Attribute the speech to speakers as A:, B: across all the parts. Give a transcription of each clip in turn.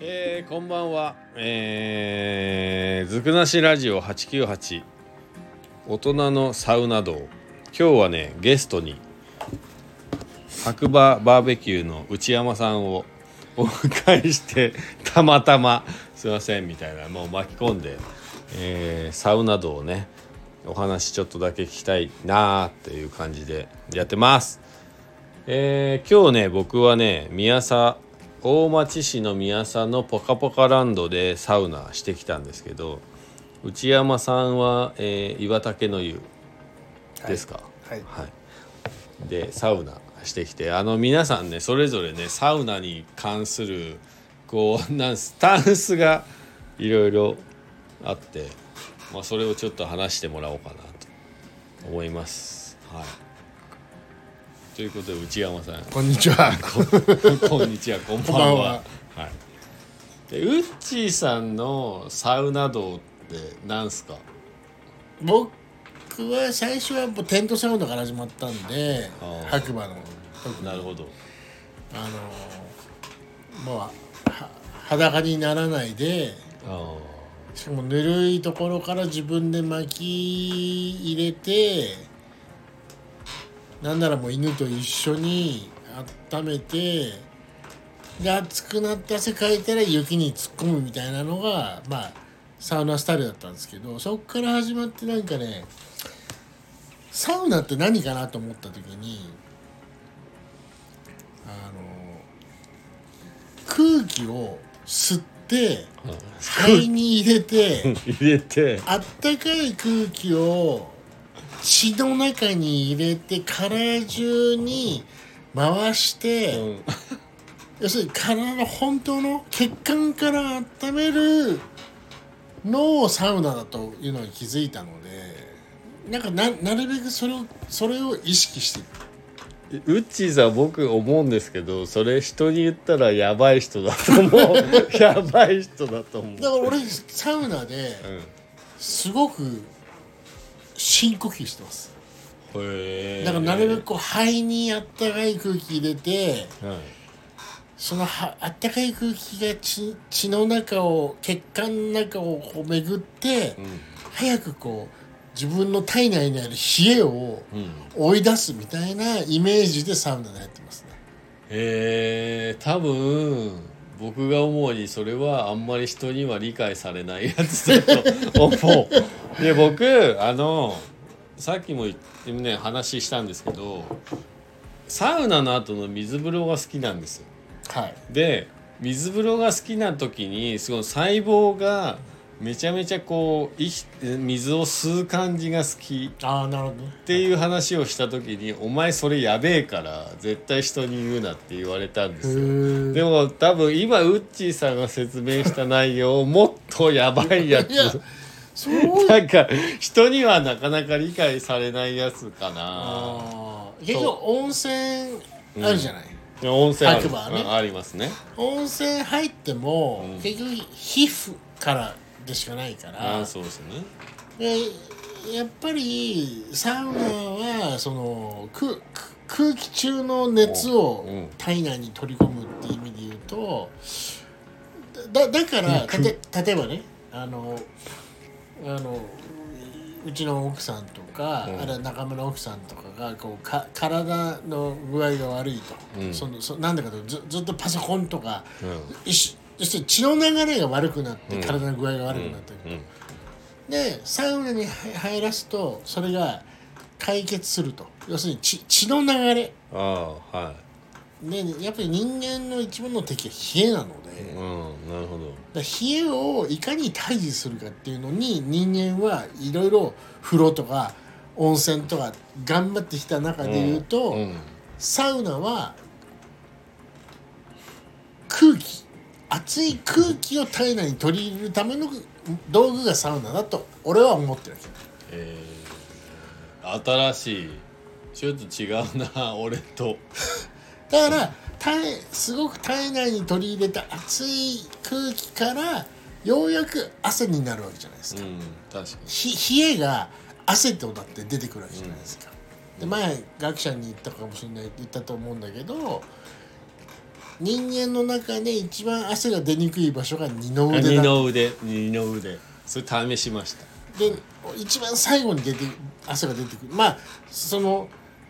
A: えーこんばんは。えーずくなしラジオ898大人のサウナ道。今日はねゲストに白馬バーベキューの内山さんをお迎えしてたまたますいませんみたいなもう巻き込んで、えーサウナ道をねお話ちょっとだけ聞きたいなーっていう感じでやってます。えー今日ね僕はね宮佐大町市の宮佐のポカポカランドでサウナしてきたんですけど内山さんは、えー岩竹の湯ですか
B: はい
A: はいでサウナしてきてあの皆さんねそれぞれねサウナに関するこう なんスタンスがいろいろあって、まあ、それをちょっと話してもらおうかなと思います。はいということで内山さん
B: こんにちは。
A: こんにちは、こんばんは。
B: こんばん
A: は。
B: はい
A: で、ウッチーさんのサウナ道ってなんすか。
B: 僕は最初はもうテントサウナから始まったんで
A: あー
B: 白馬の特に
A: なるほど。
B: あのまあは裸にならないで
A: あ
B: しかもぬるいところから自分で巻き入れてなんならもう犬と一緒に温めてで熱くなって汗かいたら雪に突っ込むみたいなのがまあサウナスタイルだったんですけどそこから始まってなんかねサウナって何かなと思った時にあの空気を吸って
A: ーあ
B: 肺に入れて。
A: ー。 入れて。
B: あったかい空気を血の中に入れて体中に回して、
A: うん。
B: 要するに体の本当の血管から温めるのをサウナだというのに気づいたのでなんかななるべくそれをそれを意識して
A: ウッチーさん、僕思うんですけど、それ人に言ったらやばい人だと 思う。やばい人だと思
B: だ
A: う。
B: から俺サウナで
A: うん。
B: すごく深呼吸してます
A: へえ。
B: だからなるべく。こう肺にあったかい空気入れて
A: はい。
B: そのはあったかい空気が血血の中を血管の中をこう巡って、
A: う
B: 早くこう自分の体内にある冷えを
A: ん。うん。
B: 追い出すみたいなイメージでサウナに入ってますね。
A: えー、多分僕が思うにそれはあんまり人には理解されないやつだと思 う。で僕あのさっきも言ってね話したんですけどサウナの後の水風呂が好きなんですよ。
B: はい。
A: で水風呂が好きな時にその細胞がめちゃめちゃこう息水を吸う感じが好き
B: ああなるほどね。
A: っていう話をした時に「お前それやべえから絶対人に言うな」って言われたんですよ。
B: へ
A: でも多分今ウッチーさんが説明した内容もっとやばいや
B: え。いや
A: つ
B: そう
A: なんか人にはなかなか理解されないやつかな
B: あー結構温泉あるじゃない。
A: 温泉ある
B: 白馬はね
A: うんありますね
B: 温泉入っても、結局皮膚からでしかないから。
A: あそうですね
B: でやっぱりサウナはその空空空気中の熱を
A: うん
B: 体内に取り込むっていう意味で言うとだだだからたて例えばねあのあのうちの奥さんとか、
A: うん
B: あるいは仲間の奥さんとかがこうか体の具合が悪いと、
A: うん
B: そのそなんだかとずずっとパソコンとか
A: う
B: 一緒要するに血の流れが悪くなって、
A: うん
B: 体の具合が悪
A: ん
B: く
A: う
B: なっ
A: ん
B: て、
A: うん
B: でサウナに入入らすとそれが解決すると要するに血血の流れ
A: ああは
B: でやっぱり人間の一番の敵は冷えなので、
A: い
B: だか
A: うんなるほど
B: ら冷えをいかに退治するかっていうのに人間はいろいろ風呂とか温泉とか頑張ってきた中で言うと、
A: うん
B: サウナは空気熱い空気を体内に取り入れるための道具がサウナだと俺は思ってるわけ。
A: えー新しいちょっと違うな 俺と
B: だから体すごく体内に取り入れた熱い空気からようやく汗になるわけじゃないです
A: う
B: か、
A: ん確かに
B: ひ冷えが汗とだって出てくるわけじゃないですか、で前学者に言ったかもしれない言ったと思うんだけど人間の中で一番汗が出にくい場所が二の腕
A: 二
B: だ
A: の腕二の腕それ試しました
B: で一番最後に出て汗が出てくるまあその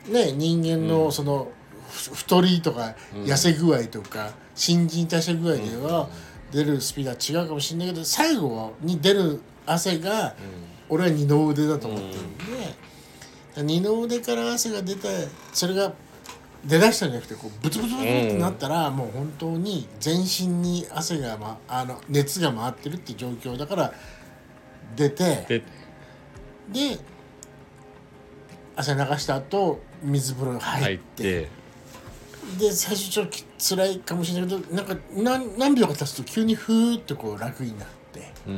B: ね人間のその、ふ太りとか痩せ具合とか、新陳代謝具合では出るスピードは違うかもしれないけど最後に出る汗が俺は二の腕だと思ってるんで、二の腕から汗が出てそれが出だしたんじゃなくてこうブツブツブツってなったら、もう本当に全身に汗が、ま、あの熱が回ってるって状況だから出て。
A: で
B: で汗流した後水風呂に入
A: 入
B: っ、
A: ってて
B: で最初ちょっとき辛いかもしれないけどなんか何何秒か経つと急にふーってこう楽になって
A: う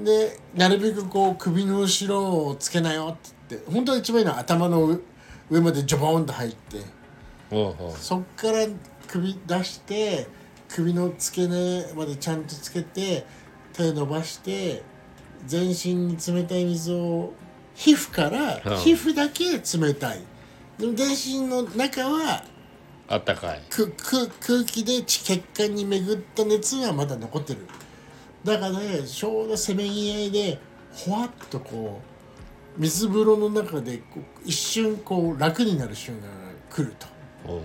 A: ん
B: でなるべくこう首の後ろをつけなよって言って本当は一番いいのは頭の上上までジョボーンと入って
A: おうおう
B: そっから首出して首の付け根までちゃんとつけて手伸ばして全身に冷たい水を皮膚から
A: うん
B: 皮膚だけ冷たいでも全身の中は
A: あったかい
B: くく空気で血血管に巡った熱がまだ残ってるだからねちょうどせめぎ合いでほわっとこう水風呂の中でこう一瞬こう楽になる瞬間が来ると。
A: おう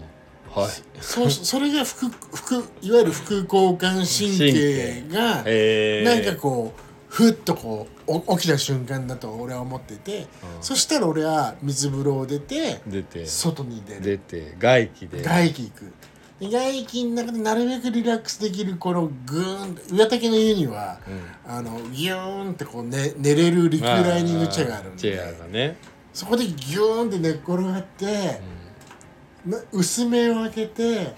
A: はい
B: そう それが副副いわゆる副交感神経が
A: え
B: なんかこうふっとこうお起きた瞬間だと俺は思ってて、そしたら俺は水風呂を出て
A: 出て
B: 外に出る
A: 出て外気で
B: 外気行くで外気の中でなるべくリラックスできるこのグーン上竹の湯には、あのギューンってこう、ね、寝れるリクライニングチェアがあるんで
A: チェアがね
B: そこでギューンって寝っ転がって、な薄目を開けて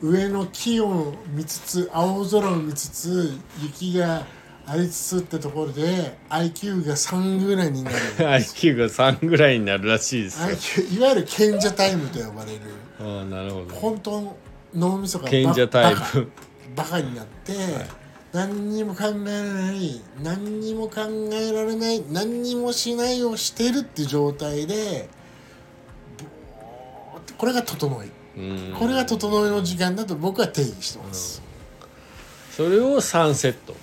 B: 上の気温を見つつ青空を見つつ雪がありつつってところで IQ が3ぐらいにな る
A: IQ が3ぐらいになるらしいですよ
B: IQ いわゆる賢者タイムと呼ばれる
A: ああなるほど
B: 本当の脳みそがバ
A: 賢者タイム
B: バカバカになって、何にも考えられない何にも考えられない何にもしないをしてるっていう状態でぼーってこれが整い
A: うん
B: これが整いの時間だと僕は定義してます、
A: それを3セット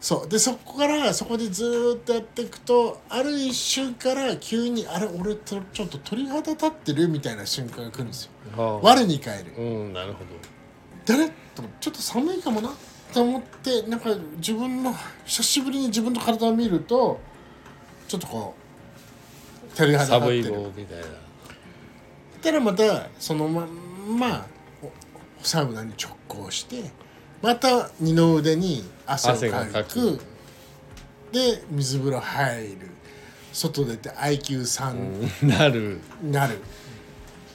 B: そうでそこからそこでずーっとやっていくとある一瞬から急にあれ俺とちょっと鳥肌立ってるみたいな瞬間が来るんですよ
A: 悪
B: 我に返る
A: うんなるほど
B: 誰と思ってちょっと寒いかもなと思ってなんか自分の久しぶりに自分の体を見るとちょっとこう照り肌
A: 寒
B: 立っ
A: い
B: てる
A: 棒みたいな
B: そしたらまたそのまんまおサウナに直行してまた二の腕に汗
A: 汗
B: を
A: が
B: か
A: か
B: く
A: く
B: で水風呂入る外出て IQ3
A: うんなる
B: になる、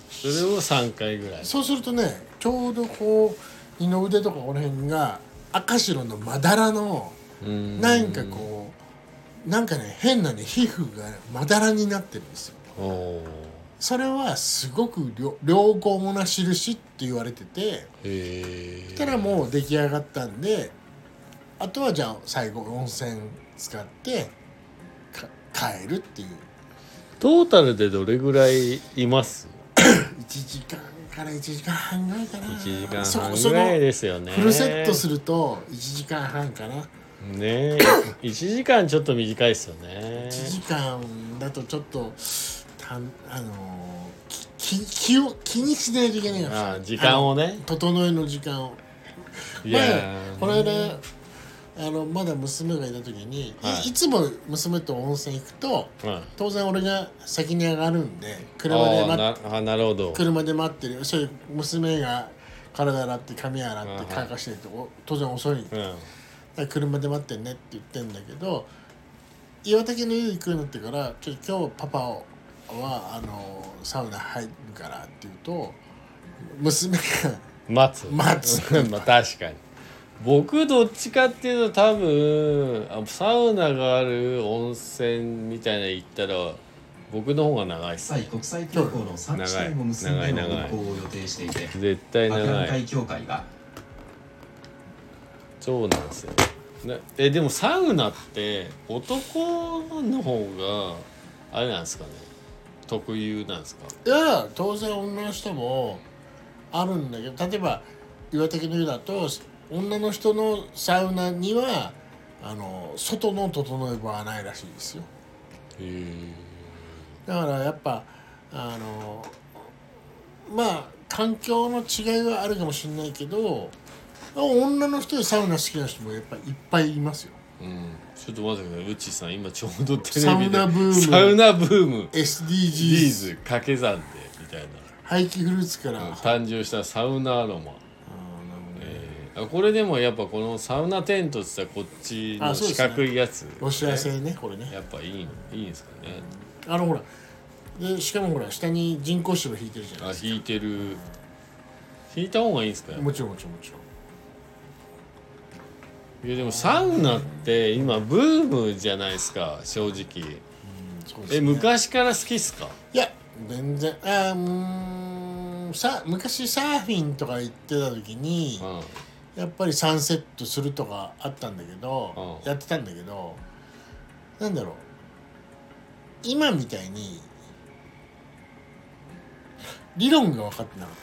A: それを3回ぐらい
B: そうするとねちょうどこう二の腕とかこの辺が赤白のまだらの
A: うん
B: なんかこうなんかね変なね皮膚がまだらになってるんですよ
A: おー
B: それはすごく良良好もな印って言われてて
A: へ
B: そ
A: え
B: したらもう出来上がったんであとはじゃあ最後温泉使ってか帰るっていう
A: トータルでどれぐらいいます
B: 1時間から1時間半ぐらいかな
A: ?1 時間
B: そ
A: 半
B: そ
A: ぐ
B: の
A: らいですよね
B: フルセットすると1時間半かな
A: ねえ1時間ちょっと短いですよね
B: 1時間だとちょっとたんあのーきき気を気にしないといけないから
A: ああ時間をね
B: 整えの時間を
A: い
B: 前
A: やー
B: この間あのまだ娘がいた時に、、
A: はいい
B: いつも娘と温泉行くと
A: うん
B: 当然俺が先に上がるんで車で
A: あ
B: 待っ
A: あなあなるほど
B: 車で待ってるそういう娘が体洗って髪洗って
A: うんうん
B: 乾かしてるとお当然遅いんで
A: うん
B: だから車で待ってねって言ってんだけど岩竹の家行くようになってから「ちょっと今日パパはあのサウナ入るから」って言うと娘が
A: 待つ
B: 待 つ
A: まあ確かに僕どっちかっていうと多分あサウナがある温泉みたいなの行ったら僕の方が長いっす、
C: 際国際空港の3地点を結んでの運行を予定していて
A: 絶対
C: 博覧
A: 長い
C: 会協会が
A: そうなんですよなえでもサウナって男の方があれなんですかね特有なんですか
B: いや当然女の人もあるんだけど例えば岩手県の湯だと女の人のサウナにはあの外の整え場はないらしいですよだからやっぱあのまあ環境の違いはあるかもしれないけど女の人でサウナ好きな人もやっぱいっぱいいますよ
A: うんちょっと待ってください、うちさん、今ちょうどテレビで
B: サウナブーム
A: サウナブーム
B: SDGs
A: ーズ掛け算でみたい
B: 廃棄フルーツから、
A: な誕生したサウナアロマ、えーあこれでもやっぱこのサウナテントってさこっちの
B: あそうで
A: 四
B: すね
A: 角いやつ、ね
B: ロシア製ねこれね
A: やっぱいいのいいんですかね、
B: あのほらでしかもほら下に人工芝引いてるじゃない
A: あ
B: です
A: 引いてる引いた方がいいんですか
B: かもちろんもちろんもちろん
A: いやでもサウナって今ブームじゃないですか正直
B: そうですね
A: え昔から好きっすか
B: いや全然あーうーんさ昔サーフィンとか行ってた時に
A: うんうん
B: やっぱりサンセットするとかあったんだけど
A: うん
B: やってたんだけどなんだろう今みたいに理論が分かってなかっ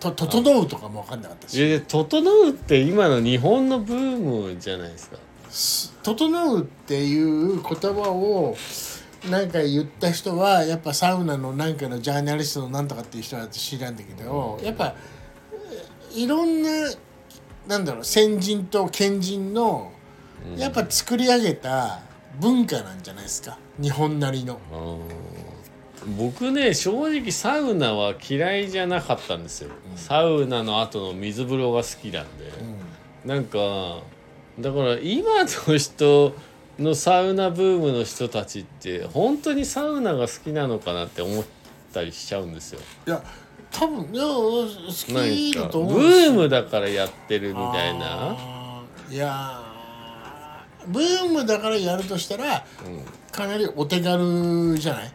B: たと整うとかも分かんなかった
A: いやいや
B: し
A: 整うって今の日本のブームじゃないですか
B: 整うっていう言葉をなんか言った人はやっぱサウナのなんかのジャーナリストのなんとかっていう人は知らんだけどやっぱえいろんななんだろう先人と賢人のやっぱ作り上げた文化なんじゃないですか日本なりの。
A: あー僕ね正直サウナは嫌いじゃなかったんですよ、サウナの後の水風呂が好きなんで、なんかだから今の人のサウナブームの人たちって本当にサウナが好きなのかなって思ったりしちゃうんですよ。
B: いや多分いや好き
A: なん
B: だ
A: かブ
B: と思うんですよ
A: ームだからやってるみたいな。
B: あーいやーブームだからやるとしたら、かなりお手軽じゃない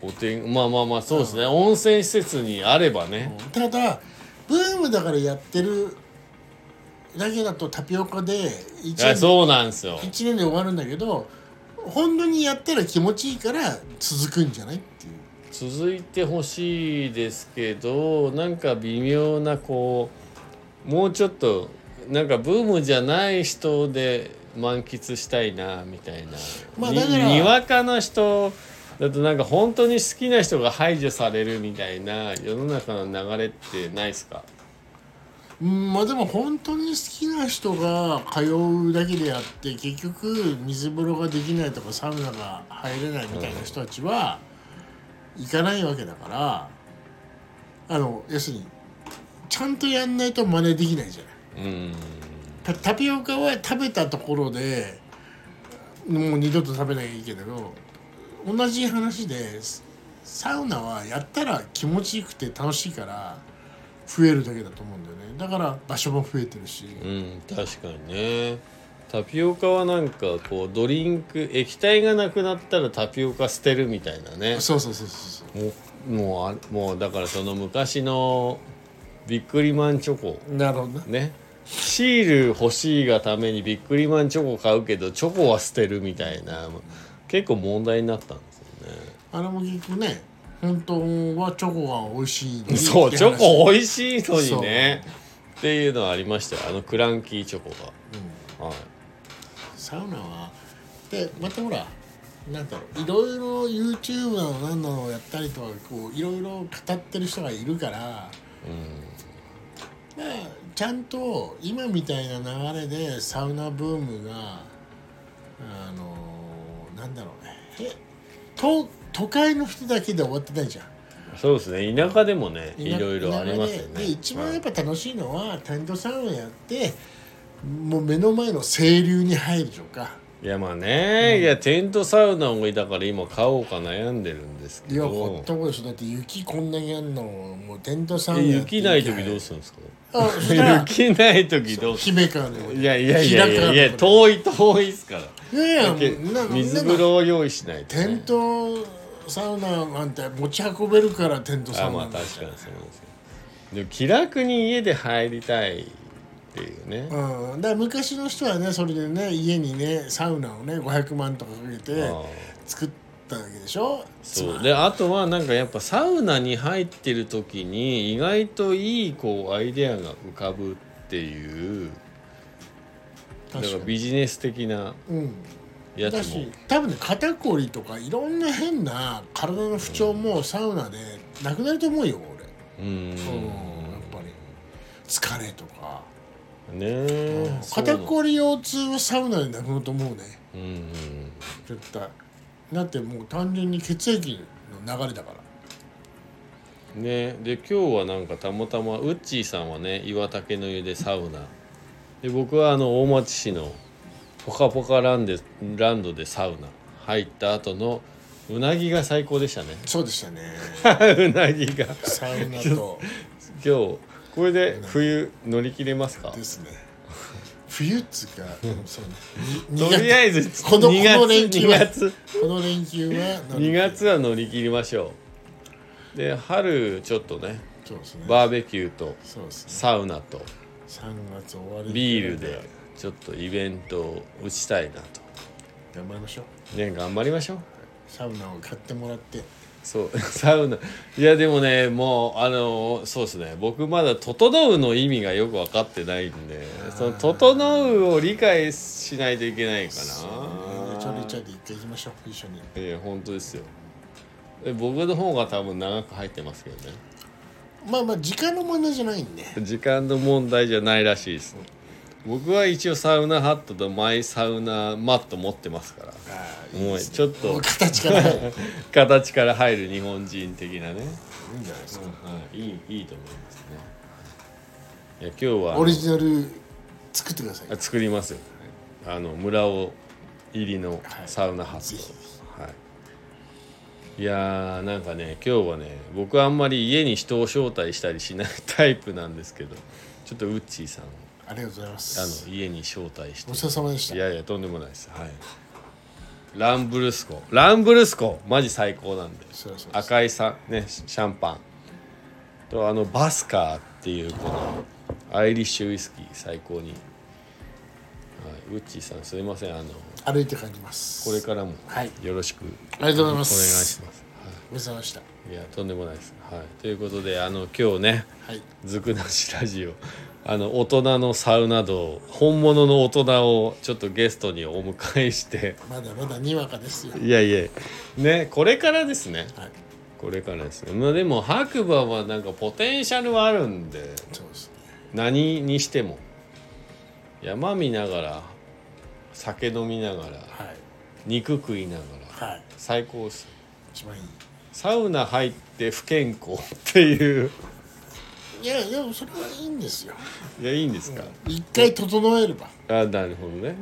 A: おてまあまあまあそうですね、温泉施設にあればね、
B: ただブームだからやってるだけだとタピオカで1
A: いや
B: 年
A: そうなんですよ。
B: 一年で終わるんだけど本当にやったら気持ちいいから続くんじゃないっていう
A: 続いてほしいですけどなんか微妙なこうもうちょっとなんかブームじゃない人で満喫したいなみたいな、
B: まあ
A: に
B: だから
A: にわかな人だとなんか本当に好きな人が排除されるみたいな世の中の流れってないですか
B: うんまあでも本当に好きな人が通うだけであって結局水風呂ができないとかサウナが入れないみたいな人たちは行かないわけだからあの要するにちゃんとやんないと真似できないじゃない。
A: うん
B: タタピオカは食べたところでもう二度と食べなきゃいいけど同じ話でサウナはやったら気持ちよくて楽しいから増えるだけだと思うんだよねだから場所も増えてるし、
A: うん確かにねタピオカはなんかこうドリンク液体がなくなったらタピオカ捨てるみたいなね
B: そうそうそうそうそう
A: もうもうあれもうだからその昔のビックリマンチョコ
B: なるほどな
A: ねシール欲しいがためにビックリマンチョコ買うけどチョコは捨てるみたいな結構問題になったんですよね
B: あれも結局ね本当はチョコが美味しいのに
A: そう
B: って
A: チ
B: 話
A: ョコ美味しいのにねっていうのはありましたよあのクランキーチョコが、はい
B: サウナはでまたほらなんだろういろいろ YouTube なの何なのをやったりとかこういろいろ語ってる人がいるから、まあちゃんと今みたいな流れでサウナブームがあのなんだろうねえと都会の人だけで終わってないじゃん。
A: そうですね田舎でもね
B: 田
A: いろいろありますよね
B: 田舎でで一番
A: は
B: や
A: い
B: っぱ楽しいのは、タントサウナやってもう目の前の清流に入るとか。
A: いやまあね、いやテントサウナをだから今買おうか悩んでるんです
B: い
A: け
B: や、
A: ど
B: ほったことでしょ。だって雪こんなにあんの、もうテントサウナ
A: え
B: やっ
A: 雪
B: て
A: ない時どうするんですか
B: あ、 そしたら、
A: 雪ない時どうす
B: 姫川の。
A: いやいやいやいやいや
B: 平川の
A: 遠い遠いっすから
B: いやいや、
A: け
B: もうな
A: 水
B: な
A: 風
B: んか
A: 呂を用意しないと、
B: テ
A: ね
B: ン、トサウナなんて持ち運べるから、テントサ
A: あ
B: ウ
A: まあ
B: ナ。
A: 確かにそうなんですよでも気楽に家で入りたいっていうね、
B: うん、だから昔の人はねそれでね家にねサウナをね500万とかかけて
A: あ
B: 作っったわけでしょ
A: そう
B: で
A: であとはなんかやっぱサウナに入ってる時に意外といいこうアイデアが浮かぶっていうなんか
B: 確かに
A: ビジネス的な
B: うん
A: や
B: だ
A: つも
B: し多分ね肩こりとかいろんな変な体の不調もサウナでなくなると思うよ俺
A: うーん
B: うんやっぱり疲れとか
A: ねえそうな
B: 肩こり腰痛はサウナでなくなると思うね
A: うんうん
B: 絶対だってもう単純に血液の流れだから
A: ねで今日はなんかたまたまウッチーさんはね岩竹の湯でサウナで僕はあの大町市のポカポカランでランドでサウナ入った後のうなぎが最高でしたね
B: そうでしたね
A: うなぎが
B: サウナと
A: 今日これで冬乗り切れますか
B: ですね冬っつうかそうね に
A: と
B: 苦手
A: りあえず
B: この
A: 2
B: この連
A: 月
B: 休
A: 2
B: は
A: 月
B: この連休はなん
A: 2
B: で
A: 月は乗り切りましょうで春ちょっとね
B: そうですね
A: バーベキューと
B: そうですね
A: サウナと
B: 3月終わり
A: ビールでちょっとイベントを打ちたいなと。
B: 頑張りましょう
A: ね頑張りましょう
B: サウナを買ってもらって
A: そう サウナいやでもねもうあのそうですね僕まだ「整う」の意味がよく分かってないんでその「整う」を理解しないといけないか
B: ちょ
A: な
B: りちょり一回行きましょう一緒に
A: いや本当ですよえ僕の方が多分長く入ってますけどね
B: まあまあ時間の問題じゃないんで
A: 時間の問題じゃないらしいです僕は一応サウナハットとマイサウナマット持ってますから
B: ああ
A: もうちょっ
B: もう
A: と
B: 形からないいいん
A: 形から入る日本人的なね
B: じゃないですか
A: はい、いいいいと思いますね。いや今日はあの
B: オリジナル作ってください
A: あ作りますよ。あの村を入りのサウナハット。はい。いやーなんかね今日はね僕はあんまり家に人を招待したりしないタイプなんですけどちょっとウッチーさんを
B: ありがとうございま
A: あ
B: す
A: の家に招待して
B: ごちそうさまでし
A: い
B: た
A: やいやとんでもないですはいランブルスコランブルスコマジ最高なんで
B: そうそうそう
A: 赤いさねシャンパンとあのバスカーっていうこのアイリッシュウイスキー最高に、はい、ウッチーさんすいませんあの
B: 歩いて帰ります
A: これからも
B: はい
A: よろしく
B: ありがとうござい
A: お願
B: ま
A: いします
B: す、
A: は
B: ごちそうさまでした
A: い、いやとんでもないです、はい、ということであの今日ね
B: はい
A: ずくなしラジオあの大人のサウナ道本物の大人をちょっとゲストにお迎えして
B: まだまだにわかですよ
A: いやいやねこれからですね
B: はい
A: これからですねまあでも白馬はなんかポテンシャルはあるんで
B: そうですね
A: 何にしても山見ながら酒飲みながら
B: はい
A: 肉食いながら
B: はい
A: 最高っす
B: 一番いい
A: サウナ入って不健康っていう
B: いやでもそれはいいんですよ
A: いやいいんですか、
B: 一回整えれば
A: あなるほどね、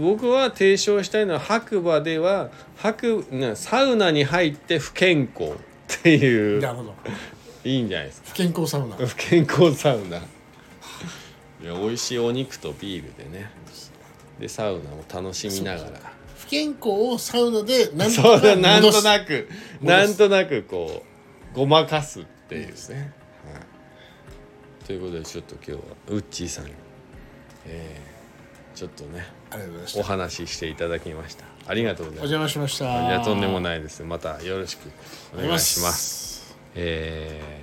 A: 僕は提唱したいのは白馬では白なサウナに入って不健康ってい
B: な
A: う
B: るほど
A: いいんじゃないですか
B: 不健康サウナ
A: 不健康サウナいや美味しいお肉とビールでねでサウナを楽しみながら
B: 不健康をサウナでなんと
A: そうだな
B: なんく
A: と
B: 戻す
A: なくなんとなくこうごまかすっていうね、はい、ということでちょっと今日はウッチーさんに、えーちょっとね
B: ありがとうございました
A: お話ししていただきましたありがとうござい
B: お
A: ます
B: 邪魔しました
A: いやとんでも
B: い
A: ないですまたよろしくお
B: お
A: 願いします
B: す
A: え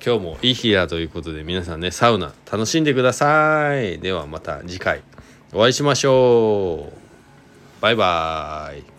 A: ー今日もいい日だということで皆さんねサウナ楽しんでくださいではまた次回お会いしましょうバイバイ